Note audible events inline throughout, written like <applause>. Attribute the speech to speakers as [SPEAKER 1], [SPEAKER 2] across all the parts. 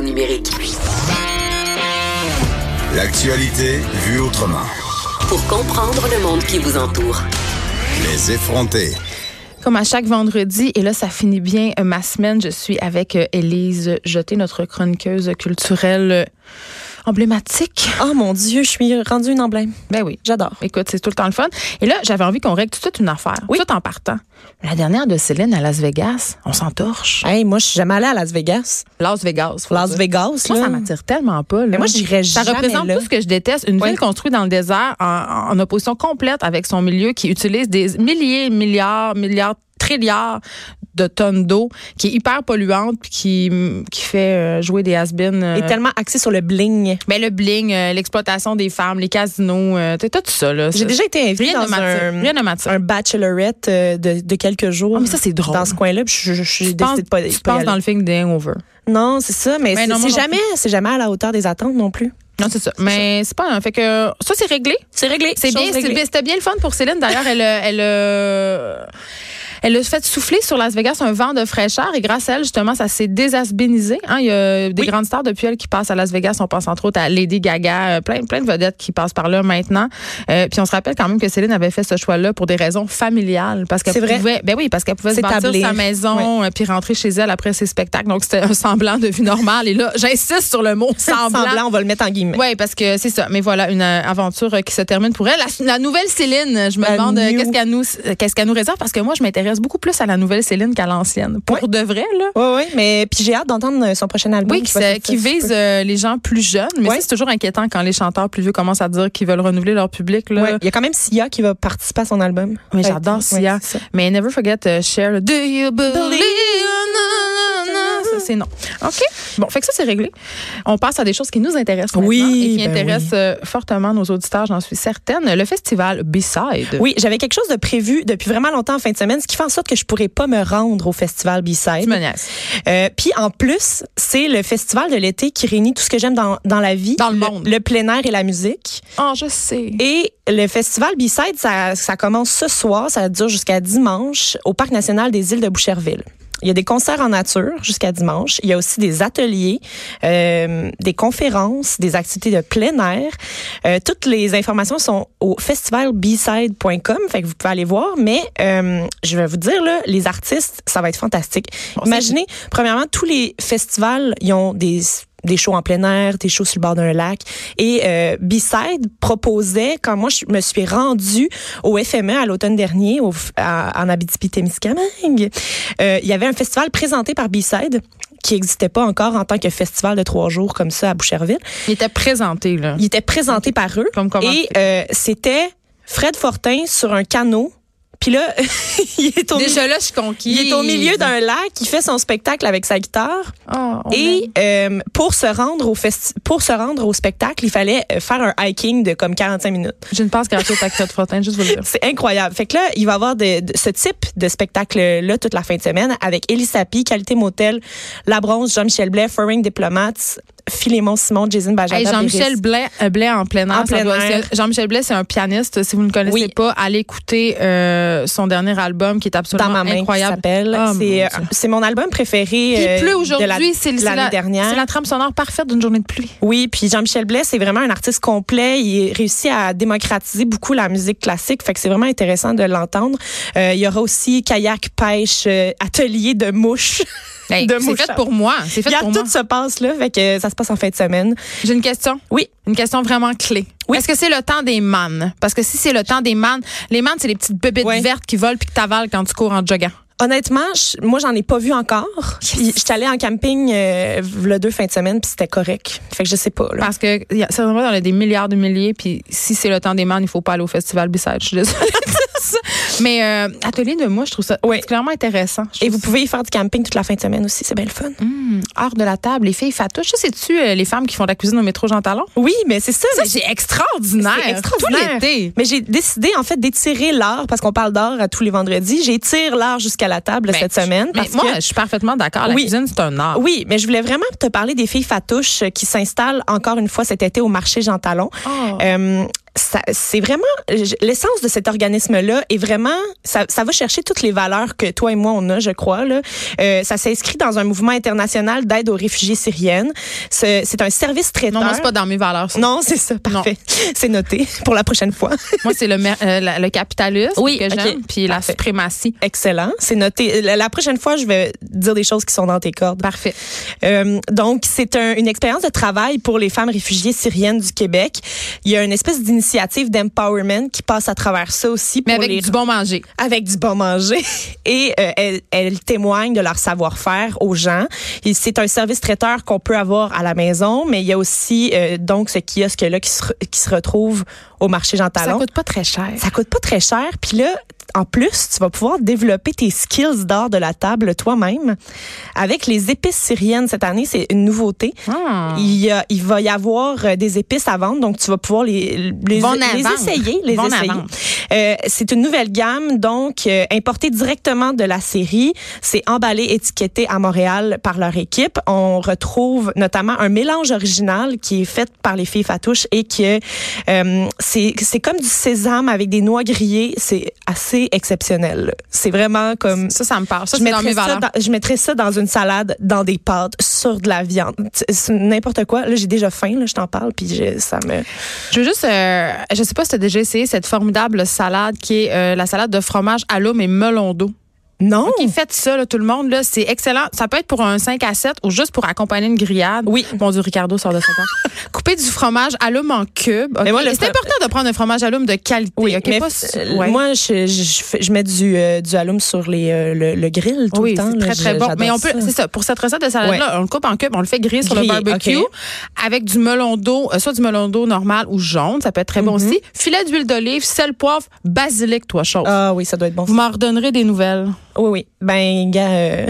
[SPEAKER 1] numérique.
[SPEAKER 2] L'actualité vue autrement.
[SPEAKER 1] Pour comprendre le monde qui vous entoure.
[SPEAKER 2] Les effrontés.
[SPEAKER 3] Comme à chaque vendredi, et là, ça finit bien euh, ma semaine, je suis avec euh, Élise Jeté, notre chroniqueuse culturelle euh, emblématique.
[SPEAKER 4] Oh mon Dieu, je suis rendue une emblème.
[SPEAKER 3] Ben oui.
[SPEAKER 4] J'adore.
[SPEAKER 3] Écoute, c'est tout le temps le fun. Et là, j'avais envie qu'on règle tout de suite une affaire.
[SPEAKER 4] Oui.
[SPEAKER 3] Tout en partant. La dernière de Céline à Las Vegas, on s'entorche.
[SPEAKER 4] Hey, moi, je suis jamais allée à Las Vegas.
[SPEAKER 3] Las Vegas. faut
[SPEAKER 4] Las
[SPEAKER 3] dire.
[SPEAKER 4] Vegas,
[SPEAKER 3] Moi,
[SPEAKER 4] là.
[SPEAKER 3] ça m'attire tellement pas. là.
[SPEAKER 4] Hmm. Mais moi, j'irais
[SPEAKER 3] Ça
[SPEAKER 4] jamais
[SPEAKER 3] représente
[SPEAKER 4] là.
[SPEAKER 3] tout ce que je déteste. Une
[SPEAKER 4] Ouais.
[SPEAKER 3] ville construite dans le désert en, en opposition complète avec son milieu qui utilise des milliers, milliards, milliards, trilliards de tonnes d'eau, qui est hyper polluante, puis qui, qui fait euh, jouer des has
[SPEAKER 4] est tellement axée sur le bling.
[SPEAKER 3] ben, le bling, euh, l'exploitation des femmes, les casinos, euh, t'as t'as tout ça. là.
[SPEAKER 4] J'ai
[SPEAKER 3] Ça-
[SPEAKER 4] déjà été invitée
[SPEAKER 3] Rien ne
[SPEAKER 4] dans
[SPEAKER 3] m'attire.
[SPEAKER 4] un,
[SPEAKER 3] Rien ne m'attire.
[SPEAKER 4] un bachelorette euh, de, de quelques jours.
[SPEAKER 3] Ah, mais ça, c'est drôle.
[SPEAKER 4] Dans ce coin-là, puis je, je- je suis
[SPEAKER 3] Tu penses-
[SPEAKER 4] décidée de pas,
[SPEAKER 3] tu
[SPEAKER 4] pas y
[SPEAKER 3] penses
[SPEAKER 4] aller.
[SPEAKER 3] dans le film des Hangover.
[SPEAKER 4] Non, c'est ça, mais,
[SPEAKER 3] Mais
[SPEAKER 4] c'est
[SPEAKER 3] non, moi
[SPEAKER 4] c'est
[SPEAKER 3] non
[SPEAKER 4] jamais, c'est jamais à la hauteur des attentes non plus.
[SPEAKER 3] Non, c'est ça. Mais c'est pas un. Fait que ça, c'est réglé.
[SPEAKER 4] C'est réglé.
[SPEAKER 3] C'est bien, c'est <laughs> bien- c'était bien le fun pour Céline. D'ailleurs, elle, euh, elle, euh, elle a fait souffler sur Las Vegas un vent de fraîcheur et grâce à elle, justement, ça s'est désasbénisé. hein. Il y a des
[SPEAKER 4] Oui.
[SPEAKER 3] grandes stars depuis elle qui passent à Las Vegas. On pense entre autres à Lady Gaga, euh, plein, plein de vedettes qui passent par là maintenant. Euh, puis on se rappelle quand même que Céline avait fait ce choix-là pour des raisons familiales. Parce qu'elle
[SPEAKER 4] C'est vrai.
[SPEAKER 3] pouvait, ben oui, parce qu'elle pouvait se bâtir
[SPEAKER 4] S'établir.
[SPEAKER 3] sa maison euh, puis rentrer chez elle après ses spectacles. Donc c'était un <laughs> semblant de vie normale. Et là, j'insiste sur
[SPEAKER 4] <laughs>
[SPEAKER 3] le mot semblant.
[SPEAKER 4] Semblant, on va le mettre en guillemets.
[SPEAKER 3] Oui, parce que c'est ça. Mais voilà, une euh, aventure euh, qui se termine pour elle. La, la nouvelle Céline, je me
[SPEAKER 4] La
[SPEAKER 3] demande euh,
[SPEAKER 4] new.
[SPEAKER 3] qu'est-ce qu'elle nous, euh, qu'est-ce qu'elle nous réserve parce que moi, je m'intéresse beaucoup plus à la nouvelle Céline qu'à l'ancienne. Pour de vrai, là.
[SPEAKER 4] Oui, oui, mais puis j'ai hâte d'entendre euh, son prochain album.
[SPEAKER 3] Oui, qui,
[SPEAKER 4] va
[SPEAKER 3] se-
[SPEAKER 4] sortir
[SPEAKER 3] qui
[SPEAKER 4] sous peu.
[SPEAKER 3] vise euh, les gens plus jeunes. Mais
[SPEAKER 4] Ouais.
[SPEAKER 3] ça, c'est toujours inquiétant quand les chanteurs plus vieux commencent à dire qu'ils veulent renouveler leur public. Là.
[SPEAKER 4] Ouais, Il y a quand même Sia qui va participer à son album.
[SPEAKER 3] Mais
[SPEAKER 4] Ouais,
[SPEAKER 3] j'adore
[SPEAKER 4] ouais,
[SPEAKER 3] Sia.
[SPEAKER 4] c'est ça.
[SPEAKER 3] Mais never forget euh, Cher. Do you believe? Na, na, na. Ça, c'est non. OK. Bon, fait que ça, c'est réglé. On passe à des choses qui nous intéressent
[SPEAKER 4] Oui,
[SPEAKER 3] maintenant et qui
[SPEAKER 4] ben
[SPEAKER 3] intéressent euh, fortement nos auditeurs, j'en suis certaine. Le festival B-Side.
[SPEAKER 4] Oui, j'avais quelque chose de prévu depuis vraiment longtemps en fin de semaine, ce qui fait en sorte que je pourrais pas me rendre au festival
[SPEAKER 3] Tu
[SPEAKER 4] B-Side.
[SPEAKER 3] me niaises.
[SPEAKER 4] Euh, Puis en plus, c'est le festival de l'été qui réunit tout ce que j'aime dans, dans la vie,
[SPEAKER 3] Dans le monde.
[SPEAKER 4] le plein air et la musique.
[SPEAKER 3] Oh, je sais.
[SPEAKER 4] Et le festival B-Side, ça, ça commence ce soir, ça dure jusqu'à dimanche au Parc national des îles de Boucherville. Il y a des concerts en nature jusqu'à dimanche. Il y a aussi des ateliers, euh, des conférences, des activités de plein air. Euh, toutes les informations sont au festivalbside.com, fait que vous pouvez aller voir. Mais euh, je vais vous dire là, les artistes, ça va être fantastique.
[SPEAKER 3] Bon, ça,
[SPEAKER 4] Imaginez, premièrement, tous les festivals, ils ont des des shows en plein air, des shows sur le bord d'un lac. Et euh, B-Side proposait, quand moi je me suis rendue au FME à l'automne dernier, au, f- à- en Abitibi-Témiscamingue, euh, il y avait un festival présenté par B-Side qui n'existait pas encore en tant que festival de trois jours comme ça à Boucherville.
[SPEAKER 3] Il était présenté, là.
[SPEAKER 4] Il était présenté par eux.
[SPEAKER 3] Comme comment
[SPEAKER 4] Et euh, c'était Fred Fortin sur un canot. Puis là, <laughs> il est au milieu-
[SPEAKER 3] Déjà là, je suis conquise.
[SPEAKER 4] il est au milieu d'un lac, il fait son spectacle avec sa guitare.
[SPEAKER 3] Oh, on aime.
[SPEAKER 4] Et euh, pour se rendre au festi- pour se rendre au spectacle, il fallait euh, faire un hiking de comme 45 minutes.
[SPEAKER 3] J'ai une passe gratuite à Claude Fortin, juste vous le dire.
[SPEAKER 4] C'est incroyable. Fait que là, il va y avoir de, de- ce type de spectacle-là toute la fin de semaine avec Elisapi, Qualité Motel, La Bronze, Jean-Michel Blais, Furring Diplomates, Philémon Simon, Jason Bajada.
[SPEAKER 3] Hey, Jean-Michel
[SPEAKER 4] Béris.
[SPEAKER 3] Blais, euh, Blais en plein air.
[SPEAKER 4] En
[SPEAKER 3] ça
[SPEAKER 4] plein
[SPEAKER 3] doit-
[SPEAKER 4] air.
[SPEAKER 3] c'est- Jean-Michel Blais, c'est un pianiste. Si vous ne le connaissez
[SPEAKER 4] Oui.
[SPEAKER 3] pas, allez écouter euh, son dernier album qui est absolument
[SPEAKER 4] dans ma main,
[SPEAKER 3] incroyable.
[SPEAKER 4] qui s'appelle.
[SPEAKER 3] Oh, mon
[SPEAKER 4] c'est, euh,
[SPEAKER 3] Dieu.
[SPEAKER 4] c'est mon album préféré.
[SPEAKER 3] Puis il
[SPEAKER 4] euh,
[SPEAKER 3] pleut
[SPEAKER 4] de la-
[SPEAKER 3] aujourd'hui, c'est le-
[SPEAKER 4] de
[SPEAKER 3] c'est
[SPEAKER 4] l'année
[SPEAKER 3] la,
[SPEAKER 4] dernière.
[SPEAKER 3] c'est la trame sonore parfaite d'une journée de pluie.
[SPEAKER 4] Oui, puis Jean-Michel Blais, c'est vraiment un artiste complet. Il réussit à démocratiser beaucoup la musique classique, fait que c'est vraiment intéressant de l'entendre. Euh, il y aura aussi kayak, pêche, euh, atelier de mouches.
[SPEAKER 3] Hey,
[SPEAKER 4] <laughs> de
[SPEAKER 3] Ben, c'est
[SPEAKER 4] mouches.
[SPEAKER 3] fait pour moi. C'est fait
[SPEAKER 4] Regarde,
[SPEAKER 3] pour moi.
[SPEAKER 4] tout se passe là, fait que ça se passe en fin de semaine.
[SPEAKER 3] J'ai une question.
[SPEAKER 4] Oui.
[SPEAKER 3] Une question vraiment clé.
[SPEAKER 4] Oui.
[SPEAKER 3] Est-ce que c'est le temps des mannes? Parce que si c'est le temps des mannes, les mannes, c'est les petites bébêtes
[SPEAKER 4] Ouais.
[SPEAKER 3] vertes qui volent puis que t'avales quand tu cours en joggant.
[SPEAKER 4] Honnêtement, je- moi j'en ai pas vu encore. Je suis allée en camping euh, le deux fins de semaine puis c'était correct. Fait que je sais pas là.
[SPEAKER 3] Parce que y a- certainement, il y en a des milliards de milliers. Puis si c'est le temps des mannes, il faut pas aller au festival Bissette. Je suis désolée <laughs> de dire ça. Mais euh, atelier de moi, je trouve ça
[SPEAKER 4] Oui.
[SPEAKER 3] particulièrement intéressant. Je
[SPEAKER 4] Et
[SPEAKER 3] trouve
[SPEAKER 4] vous pouvez y faire du camping toute la fin de semaine aussi, c'est bien le fun.
[SPEAKER 3] ça hors de la table, les filles fatouches. Ça, c'est-tu euh, les femmes qui font de la cuisine au métro Jean Talon?
[SPEAKER 4] Oui, mais c'est ça.
[SPEAKER 3] Ça,
[SPEAKER 4] mais-
[SPEAKER 3] c'est extraordinaire.
[SPEAKER 4] C'est extraordinaire.
[SPEAKER 3] Tout l'été.
[SPEAKER 4] Mais j'ai décidé, en fait, d'étirer l'art, parce qu'on parle d'art à tous les vendredis. J'étire l'art jusqu'à la table
[SPEAKER 3] Ben,
[SPEAKER 4] cette semaine.
[SPEAKER 3] Mais
[SPEAKER 4] parce
[SPEAKER 3] moi,
[SPEAKER 4] que-
[SPEAKER 3] je suis parfaitement d'accord. La
[SPEAKER 4] Oui.
[SPEAKER 3] cuisine, c'est un art.
[SPEAKER 4] oui, mais je voulais vraiment te parler des filles fatouches euh, qui s'installent encore une fois cet été au marché Jean Talon.
[SPEAKER 3] Oh.
[SPEAKER 4] Euh, ça- c'est vraiment je- l'essence de cet organisme-là est vraiment vraiment, ça, ça va chercher toutes les valeurs que toi et moi on a, je crois. Là. Euh, ça s'inscrit dans un mouvement international d'aide aux réfugiés syriennes. C'est c'est un service traiteur.
[SPEAKER 3] Non, moi, c'est pas dans mes valeurs. <laughs> ça.
[SPEAKER 4] Non, c'est ça, parfait. C'est noté pour la
[SPEAKER 3] <laughs>
[SPEAKER 4] prochaine fois.
[SPEAKER 3] Moi, c'est le, mer- euh, la- le capitalisme
[SPEAKER 4] Oui,
[SPEAKER 3] que
[SPEAKER 4] ok.
[SPEAKER 3] j'aime, puis la
[SPEAKER 4] Parfait.
[SPEAKER 3] suprématie.
[SPEAKER 4] Excellent, c'est noté. La la prochaine fois, je vais dire des choses qui sont dans tes cordes.
[SPEAKER 3] Parfait.
[SPEAKER 4] Euh, donc, c'est un- une expérience de travail pour les femmes réfugiées syriennes du Québec. Il y a une espèce d'initiative d'empowerment qui passe à travers ça aussi.
[SPEAKER 3] Mais
[SPEAKER 4] pour
[SPEAKER 3] avec
[SPEAKER 4] les-
[SPEAKER 3] du bon manger.
[SPEAKER 4] <laughs> avec du
[SPEAKER 3] <laughs>
[SPEAKER 4] bon manger et euh, elles, elles témoignent de leur savoir-faire aux gens. Et C'est un service traiteur qu'on peut avoir à la maison, mais il y a aussi euh, donc ce kiosque là qui se, re- qui se retrouve au marché Jean
[SPEAKER 3] Ça
[SPEAKER 4] Talon.
[SPEAKER 3] coûte pas très cher.
[SPEAKER 4] Ça coûte pas très cher. Puis là, en plus, tu vas pouvoir développer tes skills d'art de la table toi-même. Avec les épices syriennes cette année, c'est une nouveauté.
[SPEAKER 3] Ah.
[SPEAKER 4] Il, y a- il va y avoir euh, des épices à vendre, donc tu vas pouvoir les, les,
[SPEAKER 3] Bon à
[SPEAKER 4] les
[SPEAKER 3] vendre.
[SPEAKER 4] essayer. Les
[SPEAKER 3] Bon à
[SPEAKER 4] essayer.
[SPEAKER 3] vendre.
[SPEAKER 4] Euh, c'est une nouvelle gamme, donc euh, importée directement de la série. C'est emballé, étiqueté à Montréal par leur équipe. On retrouve notamment un mélange original qui est fait par les filles Fatouche et que euh, c'est c'est comme du sésame avec des noix grillées. C'est assez exceptionnel. C'est vraiment comme
[SPEAKER 3] Ça, ça me parle. Ça,
[SPEAKER 4] je
[SPEAKER 3] c'est dans
[SPEAKER 4] mettrais
[SPEAKER 3] mes
[SPEAKER 4] ça
[SPEAKER 3] valeurs.
[SPEAKER 4] dans, je mettrais ça dans une salade, dans des pâtes, sur de la viande, C'est n'importe quoi. Là, j'ai déjà faim, là, je t'en parle, puis je- ça me...
[SPEAKER 3] Je veux juste, euh, je sais pas si tu as déjà essayé cette formidable salade qui est euh, la salade de fromage à l'homme et melon d'eau.
[SPEAKER 4] Non!
[SPEAKER 3] OK, faites ça, là, tout le monde. là, C'est excellent. Ça peut être pour un 5 à 7 ou juste pour accompagner une grillade.
[SPEAKER 4] Oui.
[SPEAKER 3] Mon Dieu, Ricardo sort de sa tête. Couper du fromage à l'homme en cube.
[SPEAKER 4] Mais moi, le
[SPEAKER 3] C'est
[SPEAKER 4] fro-
[SPEAKER 3] important de prendre un fromage à l'homme de qualité.
[SPEAKER 4] Oui,
[SPEAKER 3] OK,
[SPEAKER 4] mais
[SPEAKER 3] pas
[SPEAKER 4] f-
[SPEAKER 3] su-
[SPEAKER 4] euh,
[SPEAKER 3] ouais.
[SPEAKER 4] moi, je, je- je fais- je mets du, euh, du alum sur les, euh, le, le grill tout
[SPEAKER 3] oui,
[SPEAKER 4] le temps.
[SPEAKER 3] c'est
[SPEAKER 4] là.
[SPEAKER 3] très, très
[SPEAKER 4] Je-
[SPEAKER 3] bon.
[SPEAKER 4] j'adore
[SPEAKER 3] Mais on peut,
[SPEAKER 4] ça.
[SPEAKER 3] c'est ça, pour cette recette de salade-là, on le coupe en cubes, on le fait griller sur
[SPEAKER 4] Griller,
[SPEAKER 3] le barbecue
[SPEAKER 4] ok.
[SPEAKER 3] avec du melon d'eau, euh, soit du melon d'eau normal ou jaune, ça peut être très bon
[SPEAKER 4] Mhm.
[SPEAKER 3] aussi. Filet d'huile d'olive, sel, poivre, basilic, toi, chose.
[SPEAKER 4] Ah oui, ça doit être bon.
[SPEAKER 3] Vous m'en redonnerez des nouvelles.
[SPEAKER 4] Oui, oui. Ben, gars,
[SPEAKER 3] <laughs>
[SPEAKER 4] euh,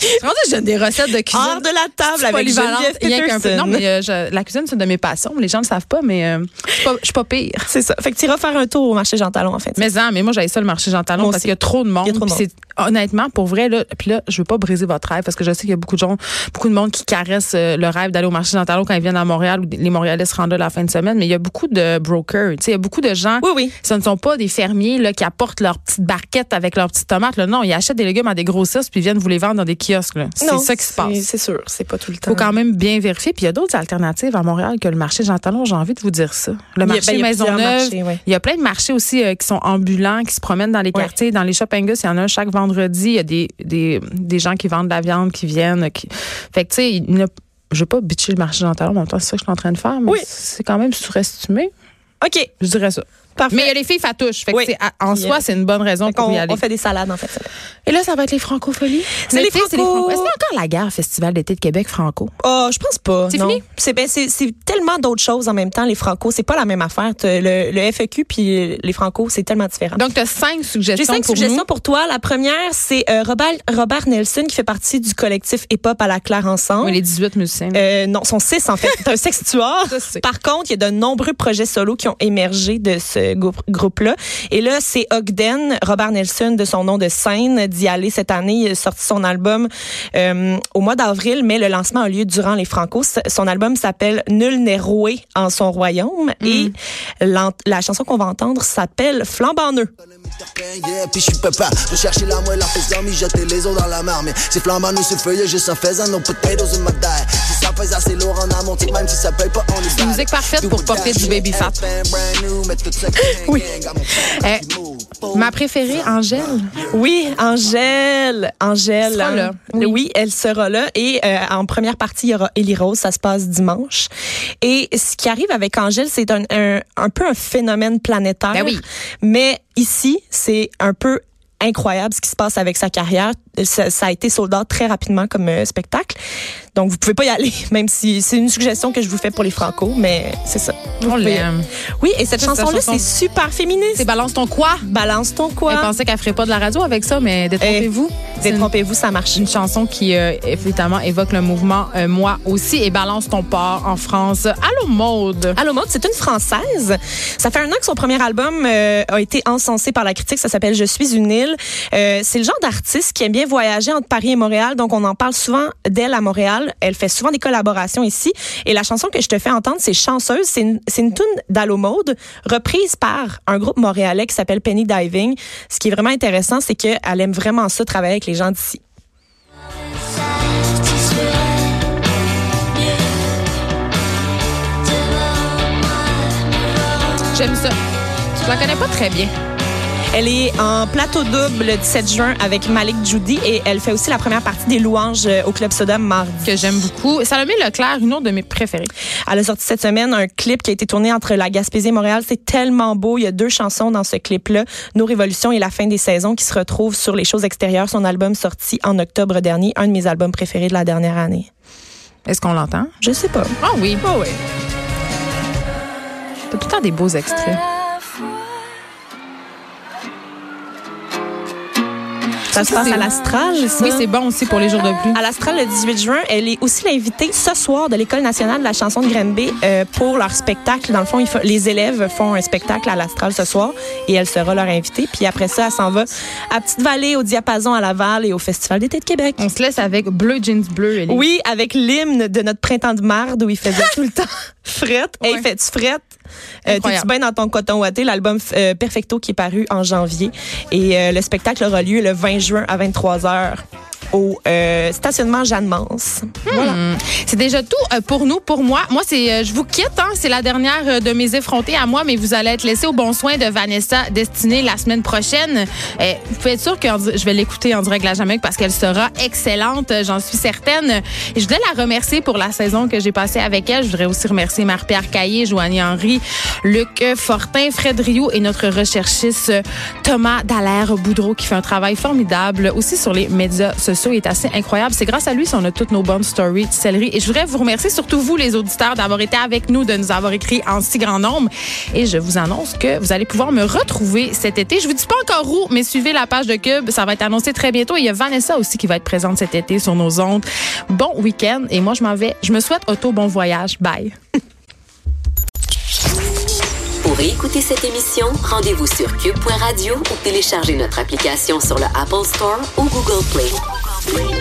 [SPEAKER 3] Je pense que j'ai des recettes de cuisine.
[SPEAKER 4] hors de la table
[SPEAKER 3] C'est
[SPEAKER 4] avec
[SPEAKER 3] polyvalente,
[SPEAKER 4] Geneviève
[SPEAKER 3] rien qu'un peu. Non,
[SPEAKER 4] Peterson.
[SPEAKER 3] mais euh, je- la cuisine, c'est une de mes passions. Les gens ne le savent pas, mais euh, je suis pas- je suis pas pire.
[SPEAKER 4] C'est ça. Fait que tu iras faire un tour au marché Jean Talon, en fait.
[SPEAKER 3] Mais non, mais moi j'avais ça le marché Jean Talon
[SPEAKER 4] Moi
[SPEAKER 3] parce
[SPEAKER 4] aussi.
[SPEAKER 3] qu'il y a trop de monde.
[SPEAKER 4] Il y a trop de
[SPEAKER 3] Puis c'est- honnêtement, pour vrai là, puis là, je veux pas briser votre rêve parce que je sais qu'il y a beaucoup de gens, beaucoup de monde qui caressent euh, le rêve d'aller au marché Jean Talon quand ils viennent à Montréal ou les Montréalais se rendent là la fin de semaine, mais il y a beaucoup de brokers, tu sais, il y a beaucoup de gens
[SPEAKER 4] Oui, oui.
[SPEAKER 3] ce ne sont pas des fermiers là, qui apportent leurs petites barquettes avec leurs petites tomates. Là. Non, ils achètent des légumes à des grossistes puis ils viennent vous les vendre dans des kiosques. là. C'est
[SPEAKER 4] Non,
[SPEAKER 3] ça qui se passe.
[SPEAKER 4] c'est- C'est sûr, c'est pas tout le temps.
[SPEAKER 3] faut quand même bien vérifier. Puis il y a d'autres alternatives à Montréal que le marché Jean Talon. J'ai envie de vous dire ça. Le
[SPEAKER 4] Il y a-
[SPEAKER 3] marché
[SPEAKER 4] ben, il y a
[SPEAKER 3] Maisonneuve.
[SPEAKER 4] plusieurs marchés, ouais.
[SPEAKER 3] Il y a plein de marchés aussi euh, qui sont ambulants, qui se promènent dans les
[SPEAKER 4] Ouais.
[SPEAKER 3] quartiers, dans les shopping Angus. Il y en a un chaque vendredi. Il y a des, des, des gens qui vendent de la viande, qui viennent. euh, Qui... Fait que, tu sais, il n'y a- je veux pas bitcher le marché Jean Talon. mais En même temps, c'est ça que je suis en train de faire. Mais
[SPEAKER 4] Oui.
[SPEAKER 3] C'est quand même surestimé.
[SPEAKER 4] OK,
[SPEAKER 3] Je dirais ça.
[SPEAKER 4] parfait.
[SPEAKER 3] Mais il y a les filles fatouches. Fait que
[SPEAKER 4] Oui.
[SPEAKER 3] c'est- à- en
[SPEAKER 4] Puis,
[SPEAKER 3] soi,
[SPEAKER 4] euh,
[SPEAKER 3] c'est une bonne raison
[SPEAKER 4] Fait
[SPEAKER 3] pour
[SPEAKER 4] qu'on-
[SPEAKER 3] y aller.
[SPEAKER 4] on fait des salades, en fait.
[SPEAKER 3] Et là, ça va être les francopholies.
[SPEAKER 4] C'est les
[SPEAKER 3] L'été, c'est
[SPEAKER 4] Franco.
[SPEAKER 3] Est-ce qu'il y a encore la guerre Festival d'été de Québec franco?
[SPEAKER 4] Oh, je pense pas.
[SPEAKER 3] C'est
[SPEAKER 4] non.
[SPEAKER 3] fini?
[SPEAKER 4] C'est ben, c'est- c'est tellement d'autres choses en même temps, les Franco. C'est pas la même affaire. T'as Le, le FEQ puis les Franco, c'est tellement différent.
[SPEAKER 3] Donc, tu as cinq
[SPEAKER 4] J'ai
[SPEAKER 3] suggestions
[SPEAKER 4] cinq
[SPEAKER 3] pour
[SPEAKER 4] suggestions
[SPEAKER 3] nous.
[SPEAKER 4] pour toi. La première, c'est euh, Robert, Robert Nelson qui fait partie du collectif Hip Hop à la Claire Ensemble.
[SPEAKER 3] Oui, les 18 musiciens. là.
[SPEAKER 4] Euh, non, sont six en fait. C'est un sextuor.
[SPEAKER 3] Ça, c'est-
[SPEAKER 4] Par contre, il y a de nombreux projets solos qui ont émergé de ce grou- groupe-là. Et là, c'est Ogden, Robert Nelson, de son nom de scène, d'y aller cette année. Il a sorti son album euh, au mois d'avril, mais le lancement a lieu durant les Franco. S- Son album s'appelle Nul n'est roué en son royaume.
[SPEAKER 3] Mm.
[SPEAKER 4] Et l'en- la chanson qu'on va entendre s'appelle Flambant nœud.
[SPEAKER 5] Yeah, puis je suis papa, je cherchais la moi la faisant, mais jeter les os dans la mare. Mais c'est flambant, nous se feuilleux, je s'en faisant nos potatoes in my die. Si ça pèse assez lourd en amont, même si ça paye pas, on est
[SPEAKER 3] une musique parfaite pour popper du baby fat. <laughs>
[SPEAKER 5] Oui.
[SPEAKER 3] Eh, Ma préférée, Angèle.
[SPEAKER 4] Oui, Angèle, Angèle.
[SPEAKER 3] Sera
[SPEAKER 4] hein.
[SPEAKER 3] là, oui.
[SPEAKER 4] Oui. elle sera là. Et euh, en première partie, il y aura Ellie Rose. Ça se passe dimanche. Et ce qui arrive avec Angèle, c'est un, un, un peu un phénomène planétaire.
[SPEAKER 3] Ben oui.
[SPEAKER 4] Mais ici, c'est un peu incroyable ce qui se passe avec sa carrière. Ça, ça a été soldat très rapidement comme euh, spectacle. Donc, vous pouvez pas y aller, <laughs> même si c'est une suggestion que je vous fais pour les Franco, mais c'est ça. Vous
[SPEAKER 3] On
[SPEAKER 4] pouvez-
[SPEAKER 3] l'aime.
[SPEAKER 4] Oui, et cette
[SPEAKER 3] Ça, c'est la
[SPEAKER 4] chanson-là,
[SPEAKER 3] chanson-
[SPEAKER 4] c'est super
[SPEAKER 3] C'est
[SPEAKER 4] féministe.
[SPEAKER 3] Balance ton quoi?
[SPEAKER 4] Balance ton quoi. Euh,
[SPEAKER 3] Elle pensait qu'elle ferait pas de la radio avec ça, mais détrompez-vous. C'est une,
[SPEAKER 4] Détrompez-vous, Eh, ça marche.
[SPEAKER 3] une chanson qui, euh, évidemment, évoque le mouvement euh, Moi aussi et Balance ton port en France. Allô, Maude.
[SPEAKER 4] Allô Maud, c'est une Française. Ça fait un an que son premier album euh, a été encensé par la critique. Ça s'appelle Je suis une île. Euh, c'est le genre d'artiste qui aime bien voyager entre Paris et Montréal. Donc, on en parle souvent d'elle à Montréal. Montréal. Elle fait souvent des collaborations ici. Et la chanson que je te fais entendre, c'est Chanceuse. C'est une, c'est une tune d'Allo Mode reprise par un groupe montréalais qui s'appelle Penny Diving. Ce qui est vraiment intéressant, c'est qu'elle aime vraiment ça, travailler avec les gens d'ici.
[SPEAKER 3] J'aime ça. Je la connais pas très bien.
[SPEAKER 4] Elle est en plateau double le 17 juin avec Malik Judy et elle fait aussi la première partie des louanges euh, au Club Soda mardi.
[SPEAKER 3] Que j'aime beaucoup. Salomé Leclerc, une autre de mes préférées.
[SPEAKER 4] Elle a sorti cette semaine un clip qui a été tourné entre la Gaspésie et Montréal. C'est tellement beau. Il y a deux chansons dans ce clip-là, Nos Révolutions et La fin des saisons, qui se retrouvent sur Les choses extérieures, son album sorti en octobre dernier, un de mes albums préférés de la dernière année.
[SPEAKER 3] Est-ce qu'on l'entend?
[SPEAKER 4] Je sais pas.
[SPEAKER 3] Ah oui. Ah oui. T'as tout le temps des beaux extraits.
[SPEAKER 4] Ça se passe à l'Astral, ça?
[SPEAKER 3] Oui, c'est bon aussi pour les jours de pluie.
[SPEAKER 4] À l'Astral le 18 juin, elle est aussi l'invitée ce soir de l'École nationale de la chanson de Granby euh, pour leur spectacle. Dans le fond, il faut- les élèves font un spectacle à l'Astral ce soir et elle sera leur invitée. Puis après ça, elle s'en va à Petite-Vallée, au Diapason à Laval et au Festival d'été de Québec.
[SPEAKER 3] On se laisse avec bleu jeans bleu. Ellie.
[SPEAKER 4] Oui, avec l'hymne de notre printemps de marde où il faisait tout le temps <laughs> frette. Hey,
[SPEAKER 3] Ouais.
[SPEAKER 4] fais-tu frette? Euh, T'es-tu
[SPEAKER 3] Incroyable.
[SPEAKER 4] bien dans ton coton ouaté? L'album euh, Perfecto qui est paru en janvier. Et euh, le spectacle aura lieu le 20 juin à 23h au euh, stationnement Jeanne-Mance.
[SPEAKER 3] C'est déjà tout euh, pour nous, pour moi. Moi, c'est, euh, je vous quitte. hein. c'est la dernière euh, de mes effrontés à moi, mais vous allez être laissé au bon soin de Vanessa Destinée la semaine prochaine. Euh, vous pouvez être sûr que je vais l'écouter en direct de la Jamaïque parce qu'elle sera excellente, euh, j'en suis certaine. Et je voulais la remercier pour la saison que j'ai passée avec elle. Je voudrais aussi remercier Marc-Pierre Caillé, Joanie Henry, Luc Fortin, Fred Rioux et notre recherchiste euh, Thomas Dallaire Boudreau qui fait un travail formidable aussi sur les médias sociaux. Il est assez incroyable. C'est grâce à lui si on a toutes nos bonnes stories de céleri. Et je voudrais vous remercier, surtout vous, les auditeurs, d'avoir été avec nous, de nous avoir écrit en si grand nombre. Et je vous annonce que vous allez pouvoir me retrouver cet été. Je vous dis pas encore où, mais suivez la page de Cube. Ça va être annoncé très bientôt. Et il y a Vanessa aussi qui va être présente cet été sur nos ondes. Bon week-end. Et moi, je m'en vais. Je me souhaite auto bon voyage. Bye.
[SPEAKER 1] Pour écouter cette émission, rendez-vous sur cube.radio ou téléchargez notre application sur le Apple Store ou Google Play.